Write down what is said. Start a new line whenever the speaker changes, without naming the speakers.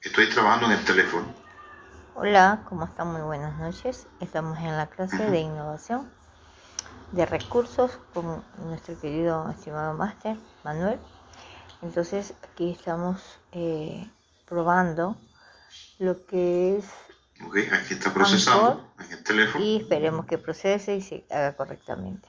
Estoy trabajando en el teléfono.
Hola, ¿cómo están? Muy buenas noches. Estamos en la clase de innovación de recursos con nuestro querido estimado máster Manuel. Entonces aquí estamos eh, probando lo que es
Ok, aquí está procesando en el teléfono.
y esperemos que procese y se haga correctamente.